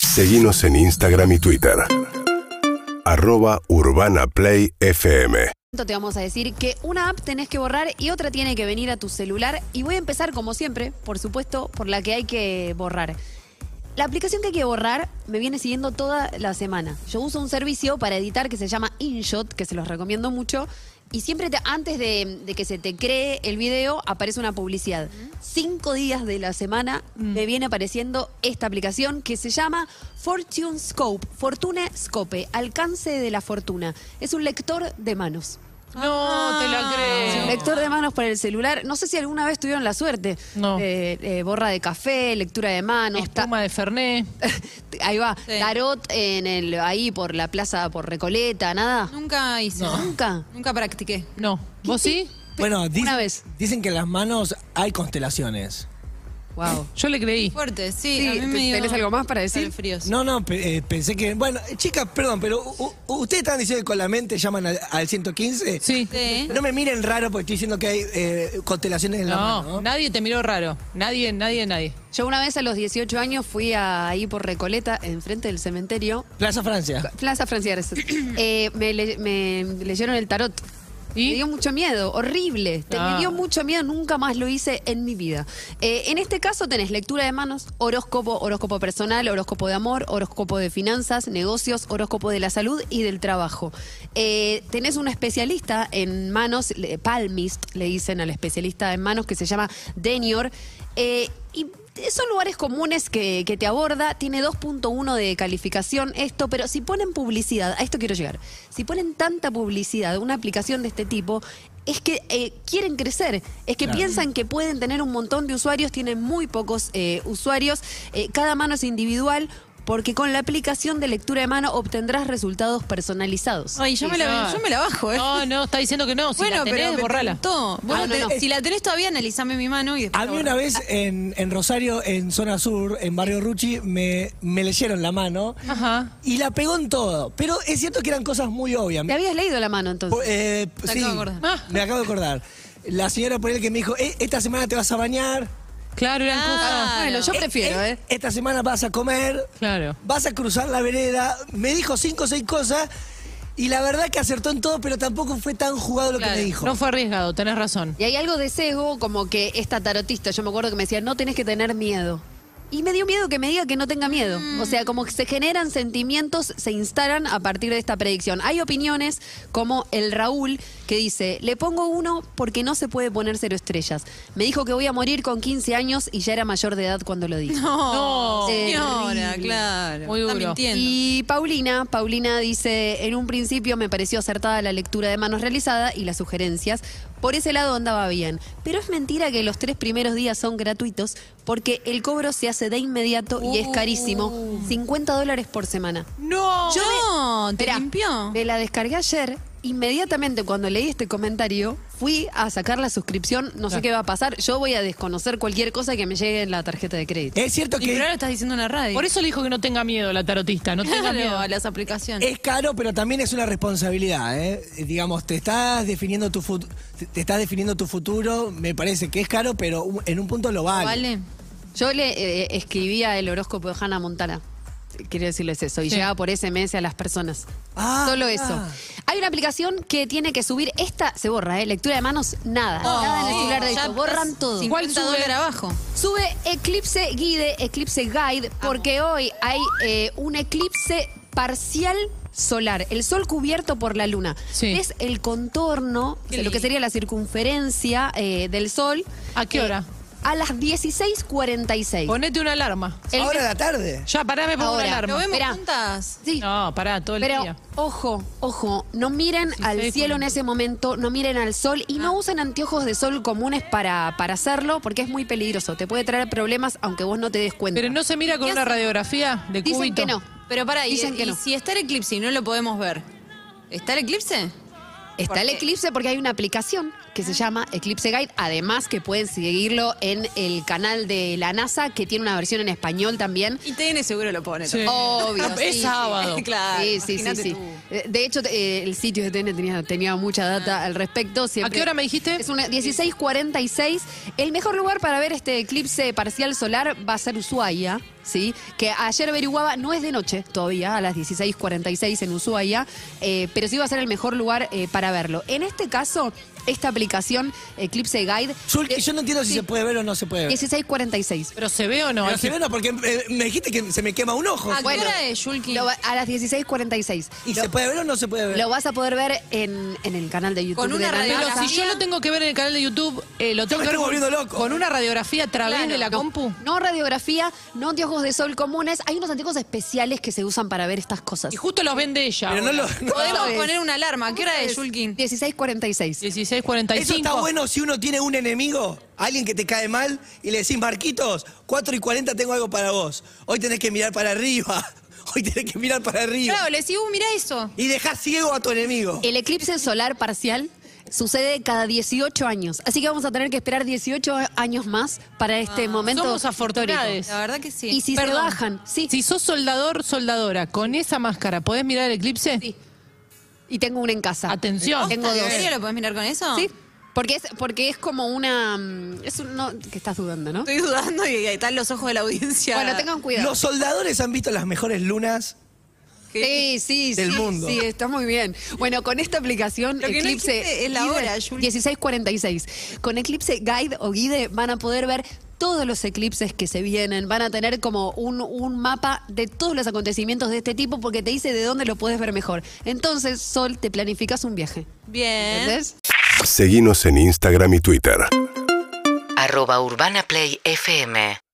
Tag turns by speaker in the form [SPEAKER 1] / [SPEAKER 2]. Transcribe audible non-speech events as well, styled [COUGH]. [SPEAKER 1] Seguimos en Instagram y Twitter. Arroba Urbana Play FM.
[SPEAKER 2] Te vamos a decir que una app tenés que borrar y otra tiene que venir a tu celular. Y voy a empezar, como siempre, por supuesto, por la que hay que borrar. La aplicación que hay que borrar me viene siguiendo toda la semana. Yo uso un servicio para editar que se llama InShot, que se los recomiendo mucho. Y siempre te- antes de, de que se te cree el video, aparece una publicidad. Cinco días de la semana me viene apareciendo esta aplicación que se llama Fortune Scope, Fortune Scope, alcance de la fortuna. Es un lector de manos.
[SPEAKER 3] No, te
[SPEAKER 2] Ah.
[SPEAKER 3] la creo.
[SPEAKER 2] Lector de manos para el celular. No sé si alguna vez tuvieron la suerte.
[SPEAKER 3] No.
[SPEAKER 2] Eh, eh, borra de café, lectura de manos. ta-
[SPEAKER 3] Espuma de Fernet.
[SPEAKER 2] [LAUGHS] Ahí va.
[SPEAKER 4] Sí.
[SPEAKER 2] Tarot en el, ahí por la plaza, por Recoleta, nada.
[SPEAKER 4] Nunca hice.
[SPEAKER 2] Nunca.
[SPEAKER 4] Nunca practiqué.
[SPEAKER 3] No. ¿Vos sí?
[SPEAKER 5] Bueno, dic-
[SPEAKER 2] Una vez.
[SPEAKER 5] dicen que en las manos hay constelaciones.
[SPEAKER 2] Wow.
[SPEAKER 3] Yo le creí.
[SPEAKER 4] Fuerte, sí.
[SPEAKER 2] Sí,
[SPEAKER 4] a mí
[SPEAKER 2] ¿te-
[SPEAKER 4] me dio
[SPEAKER 2] tenés algo más para decir?
[SPEAKER 4] escalofríos.
[SPEAKER 5] No, no, pe- eh, pensé que. Bueno, eh, chicas, perdón, pero u- u- ustedes están diciendo que con la mente llaman al, al 115.
[SPEAKER 3] Sí.
[SPEAKER 4] Sí.
[SPEAKER 5] No me miren raro porque estoy diciendo que hay eh, constelaciones en la
[SPEAKER 3] No,
[SPEAKER 5] mano. ¿no?
[SPEAKER 3] nadie te miró raro. Nadie, nadie, nadie.
[SPEAKER 2] Yo una vez a los 18 años fui a- ahí por Recoleta, enfrente del cementerio.
[SPEAKER 5] Plaza Francia.
[SPEAKER 2] Plaza Francieres. Eh, me, le- me leyeron el tarot.
[SPEAKER 3] ¿Y?
[SPEAKER 2] Me dio mucho miedo, horrible. Te, Me
[SPEAKER 3] Ah.
[SPEAKER 2] dio mucho miedo, nunca más lo hice en mi vida. Eh, en este caso tenés lectura de manos, horóscopo, horóscopo personal, horóscopo de amor, horóscopo de finanzas, negocios, horóscopo de la salud y del trabajo. Eh, tenés un especialista en manos, le- palmist, le dicen al especialista en manos, que se llama Denior. Eh, y son lugares comunes que, que te aborda, tiene 2.1 de calificación esto, pero si ponen publicidad, a esto quiero llegar, si ponen tanta publicidad, una aplicación de este tipo, es que eh, quieren crecer, es que piensan que pueden tener un montón de usuarios, tienen muy pocos eh, usuarios, eh, cada mano es individual, porque con la aplicación de lectura de mano obtendrás resultados personalizados.
[SPEAKER 4] Ay, yo, me la,
[SPEAKER 3] Sí,
[SPEAKER 4] yo me la bajo, ¿eh?
[SPEAKER 3] No, no, está diciendo que no. Si
[SPEAKER 4] bueno,
[SPEAKER 3] la tenés,
[SPEAKER 4] pero me
[SPEAKER 3] borrala.
[SPEAKER 4] preguntó. Vos
[SPEAKER 2] Ah,
[SPEAKER 4] la
[SPEAKER 2] no,
[SPEAKER 4] tenés-
[SPEAKER 2] no.
[SPEAKER 4] Si la tenés todavía, analizame mi mano y después.
[SPEAKER 5] A
[SPEAKER 4] la
[SPEAKER 5] mí una
[SPEAKER 4] borro.
[SPEAKER 5] vez en, en Rosario, en zona sur, en barrio Ruchi, me, me leyeron la mano
[SPEAKER 3] Ajá.
[SPEAKER 5] y la pegó en todo. Pero es cierto que eran cosas muy obvias.
[SPEAKER 2] ¿Te habías leído la mano entonces?
[SPEAKER 5] Por- eh,
[SPEAKER 4] Me
[SPEAKER 5] sí,
[SPEAKER 4] acabo de acordar.
[SPEAKER 3] Ah.
[SPEAKER 5] Me acabo de acordar. La señora por él que me dijo, "Eh, esta semana te vas a bañar.
[SPEAKER 3] Claro, eran
[SPEAKER 4] Ah.
[SPEAKER 2] bueno, yo
[SPEAKER 5] eh,
[SPEAKER 2] prefiero,
[SPEAKER 5] eh,
[SPEAKER 2] ¿eh?
[SPEAKER 5] Esta semana vas a comer.
[SPEAKER 3] Claro.
[SPEAKER 5] Vas a cruzar la vereda. Me dijo cinco o seis cosas. Y la verdad que acertó en todo, pero tampoco fue tan jugado lo
[SPEAKER 4] Claro.
[SPEAKER 5] que me
[SPEAKER 3] cosas.
[SPEAKER 5] dijo.
[SPEAKER 3] No fue arriesgado, tenés razón.
[SPEAKER 2] Y hay algo de sesgo, como que esta tarotista, yo me acuerdo que me decía, no tenés que tener miedo. Y me dio miedo que me diga que no tenga miedo. O sea, como que se generan sentimientos, se instalan a partir de esta predicción. Hay opiniones como el Raúl que dice, le pongo uno porque no se puede poner cero estrellas. Me dijo que voy a morir con 15 años y ya era mayor de edad cuando lo dije.
[SPEAKER 3] No.
[SPEAKER 4] No, señora,
[SPEAKER 2] Terrible.
[SPEAKER 4] claro.
[SPEAKER 3] Muy
[SPEAKER 4] Está
[SPEAKER 3] duro.
[SPEAKER 4] mintiendo.
[SPEAKER 2] Y Paulina, Paulina dice, en un principio me pareció acertada la lectura de manos realizada y las sugerencias. Por ese lado andaba bien. Pero es mentira que los tres primeros días son gratuitos porque el cobro se hace de inmediato y es carísimo. 50 dólares por semana.
[SPEAKER 3] No.
[SPEAKER 4] Yo no, Uh. te
[SPEAKER 2] Esperá,
[SPEAKER 4] limpió.
[SPEAKER 2] Me la descargué ayer. Inmediatamente cuando leí este comentario, fui a sacar la suscripción. No sé
[SPEAKER 3] Claro.
[SPEAKER 2] qué va a pasar. Yo voy a desconocer cualquier cosa que me llegue en la tarjeta de crédito.
[SPEAKER 5] Es cierto
[SPEAKER 4] Y pero ahora
[SPEAKER 5] que
[SPEAKER 4] estás diciendo en la radio.
[SPEAKER 3] Por eso le dijo que no tenga miedo la tarotista. No tenga
[SPEAKER 4] Claro,
[SPEAKER 3] miedo.
[SPEAKER 4] a las aplicaciones.
[SPEAKER 5] es caro, pero también es una responsabilidad. ¿eh? Eh, Digamos, te estás definiendo tu fut- te- te estás definiendo tu futuro. Me parece que es caro, pero u- en un punto lo vale.
[SPEAKER 4] ¿Vale?
[SPEAKER 2] Yo le eh, escribía el horóscopo de Hannah Montana. Quiero decirles eso. Y
[SPEAKER 3] Sí.
[SPEAKER 2] llegaba por SMS a las personas.
[SPEAKER 5] Ah,
[SPEAKER 2] Solo
[SPEAKER 5] mirá.
[SPEAKER 2] eso. Hay una aplicación que tiene que subir. Esta se borra, ¿eh? Lectura de manos, nada. nada en el celular de
[SPEAKER 4] Ya
[SPEAKER 2] ellos. Borran
[SPEAKER 4] estás
[SPEAKER 2] todo.
[SPEAKER 4] 50
[SPEAKER 3] ¿Cuál sube?
[SPEAKER 4] dólares abajo.
[SPEAKER 2] Sube Eclipse Guide, Eclipse Guide, porque hoy hay eh, un eclipse parcial solar, el sol cubierto por la luna.
[SPEAKER 3] Sí.
[SPEAKER 2] Es el contorno, o sea, lo que
[SPEAKER 4] lindo.
[SPEAKER 2] sería la circunferencia eh, del sol.
[SPEAKER 3] ¿A qué
[SPEAKER 2] Eh,
[SPEAKER 3] hora?
[SPEAKER 2] a las 16.46.
[SPEAKER 3] Ponete una alarma.
[SPEAKER 2] El
[SPEAKER 5] Ahora de la tarde.
[SPEAKER 3] Ya, pará, me pongo
[SPEAKER 2] Ahora.
[SPEAKER 3] una
[SPEAKER 4] ¿Lo
[SPEAKER 3] alarma.
[SPEAKER 4] vemos
[SPEAKER 2] Esperá.
[SPEAKER 4] juntas?
[SPEAKER 2] Sí. [LAUGHS]
[SPEAKER 3] No, pará, todo el
[SPEAKER 2] Pero
[SPEAKER 3] día.
[SPEAKER 2] ojo, ojo, no miren
[SPEAKER 3] Sí,
[SPEAKER 2] al
[SPEAKER 3] sí,
[SPEAKER 2] cielo en
[SPEAKER 3] con-
[SPEAKER 2] ese momento, no miren al sol y
[SPEAKER 3] Ah.
[SPEAKER 2] no usen anteojos de sol comunes para, para hacerlo porque es muy peligroso, te puede traer problemas aunque vos no te des cuenta.
[SPEAKER 3] Pero no se mira con
[SPEAKER 4] ¿Qué
[SPEAKER 3] una
[SPEAKER 4] hace?
[SPEAKER 3] radiografía de
[SPEAKER 2] Dicen
[SPEAKER 3] cúbito.
[SPEAKER 2] que no.
[SPEAKER 4] Pero pará, y,
[SPEAKER 2] Dicen que
[SPEAKER 4] y
[SPEAKER 2] no.
[SPEAKER 4] si está el eclipse y no lo podemos ver, ¿está el eclipse?
[SPEAKER 2] Está el
[SPEAKER 4] Porque-
[SPEAKER 2] eclipse porque hay una aplicación que
[SPEAKER 3] Ah.
[SPEAKER 2] se llama Eclipse Guide, además que pueden seguirlo en el canal de la NASA que tiene una versión en español también.
[SPEAKER 4] Y TN seguro lo pone. Oh,
[SPEAKER 3] Sí.
[SPEAKER 2] Obvio,
[SPEAKER 4] también.
[SPEAKER 3] [LAUGHS]
[SPEAKER 2] sí,
[SPEAKER 3] Es
[SPEAKER 2] sí.
[SPEAKER 3] sábado.
[SPEAKER 4] Claro.
[SPEAKER 2] Sí, sí, sí,
[SPEAKER 4] imagínate
[SPEAKER 2] sí.
[SPEAKER 4] tú.
[SPEAKER 2] Eh, De hecho, eh, el sitio de TN tenía, tenía mucha data al respecto.
[SPEAKER 3] ¿A
[SPEAKER 2] siempre-
[SPEAKER 3] qué hora me dijiste?
[SPEAKER 2] Es una 16:46. El mejor lugar para ver este eclipse parcial solar va a ser Ushuaia. ¿sí? Que ayer averiguaba, no es de noche todavía, a las 16.46 en Ushuaia, eh, pero sí va a ser el mejor lugar eh, para verlo. En este caso, esta aplicación, Eclipse Guide, eh,
[SPEAKER 5] Yo, yo no entiendo si se puede ver o no se puede ver.
[SPEAKER 2] 16.46.
[SPEAKER 3] Pero se ve o no. Hay
[SPEAKER 5] Pero se
[SPEAKER 3] que-
[SPEAKER 5] ve, no, porque eh, me dijiste que se me quema un ojo.
[SPEAKER 4] ¿A qué
[SPEAKER 2] Ah, Bueno.
[SPEAKER 4] hora es, Yulki?
[SPEAKER 2] Lo va- A las 16.46.
[SPEAKER 5] ¿Y
[SPEAKER 2] Lo-
[SPEAKER 5] se puede ver o no se puede ver?
[SPEAKER 2] Lo vas a poder ver en, en el canal de YouTube.
[SPEAKER 4] Con una
[SPEAKER 2] de Naranja.
[SPEAKER 3] Pero
[SPEAKER 4] Ajá.
[SPEAKER 3] si yo lo tengo que ver en el canal de YouTube, eh, lo tengo
[SPEAKER 5] me
[SPEAKER 3] que ver
[SPEAKER 5] estoy
[SPEAKER 3] con-
[SPEAKER 5] volviendo loco.
[SPEAKER 3] con una radiografía a través
[SPEAKER 4] Claro.
[SPEAKER 3] de la
[SPEAKER 2] No,
[SPEAKER 3] compu.
[SPEAKER 2] No radiografía, no anteojos de sol comunes. Hay unos anteojos especiales que se usan para ver estas cosas.
[SPEAKER 3] Y justo los vende ella.
[SPEAKER 5] Pero no lo. no-
[SPEAKER 4] Podemos
[SPEAKER 2] sabes?
[SPEAKER 4] poner una alarma. ¿A qué hora es, Yulkin?
[SPEAKER 2] 16.46.
[SPEAKER 3] 16.45.
[SPEAKER 5] Eso está bueno si uno tiene un enemigo, alguien que te cae mal, y le decís, Marquitos, 4 y 40 tengo algo para vos. Hoy tenés que mirar para arriba. [LAUGHS] Hoy tenés que mirar para arriba.
[SPEAKER 4] Claro, le sigo, mira eso.
[SPEAKER 5] Y dejar ciego a tu enemigo.
[SPEAKER 2] El eclipse solar parcial sucede cada 18 años. Así que vamos a tener que esperar 18 años más para
[SPEAKER 4] Ah.
[SPEAKER 2] este momento.
[SPEAKER 3] Somos afortunados.
[SPEAKER 4] La verdad que sí.
[SPEAKER 2] Y si se
[SPEAKER 4] Perdón.
[SPEAKER 2] bajan, sí.
[SPEAKER 3] Si sos soldador, soldadora, con esa máscara, ¿podés mirar el eclipse?
[SPEAKER 2] Sí. Y tengo una en casa.
[SPEAKER 3] Atención.
[SPEAKER 2] Tengo
[SPEAKER 4] ¿En
[SPEAKER 2] dos.
[SPEAKER 4] serio lo podés mirar con eso?
[SPEAKER 2] Sí. Porque es, porque es como una. mm, Es un, no, que estás dudando, ¿no?
[SPEAKER 4] Estoy dudando y ahí están los ojos de la audiencia.
[SPEAKER 2] Bueno, tengan cuidado.
[SPEAKER 5] Los soldadores han visto las mejores lunas.
[SPEAKER 2] Sí, sí,
[SPEAKER 5] Del
[SPEAKER 2] sí,
[SPEAKER 5] mundo.
[SPEAKER 2] sí, está muy bien. Bueno, con esta aplicación
[SPEAKER 4] Lo que no
[SPEAKER 2] Eclipse
[SPEAKER 4] existe es la
[SPEAKER 2] Guide,
[SPEAKER 4] hora, Juli.
[SPEAKER 2] 1646. Con Eclipse Guide o Guide van a poder ver todos los eclipses que se vienen, van a tener como un, un mapa de todos los acontecimientos de este tipo porque te dice de dónde lo puedes ver mejor. Entonces, Sol, te planificas un viaje.
[SPEAKER 4] Bien.
[SPEAKER 2] ¿Entendés?
[SPEAKER 1] Seguinos en Instagram y Twitter.
[SPEAKER 6] arroba urbanaplayfm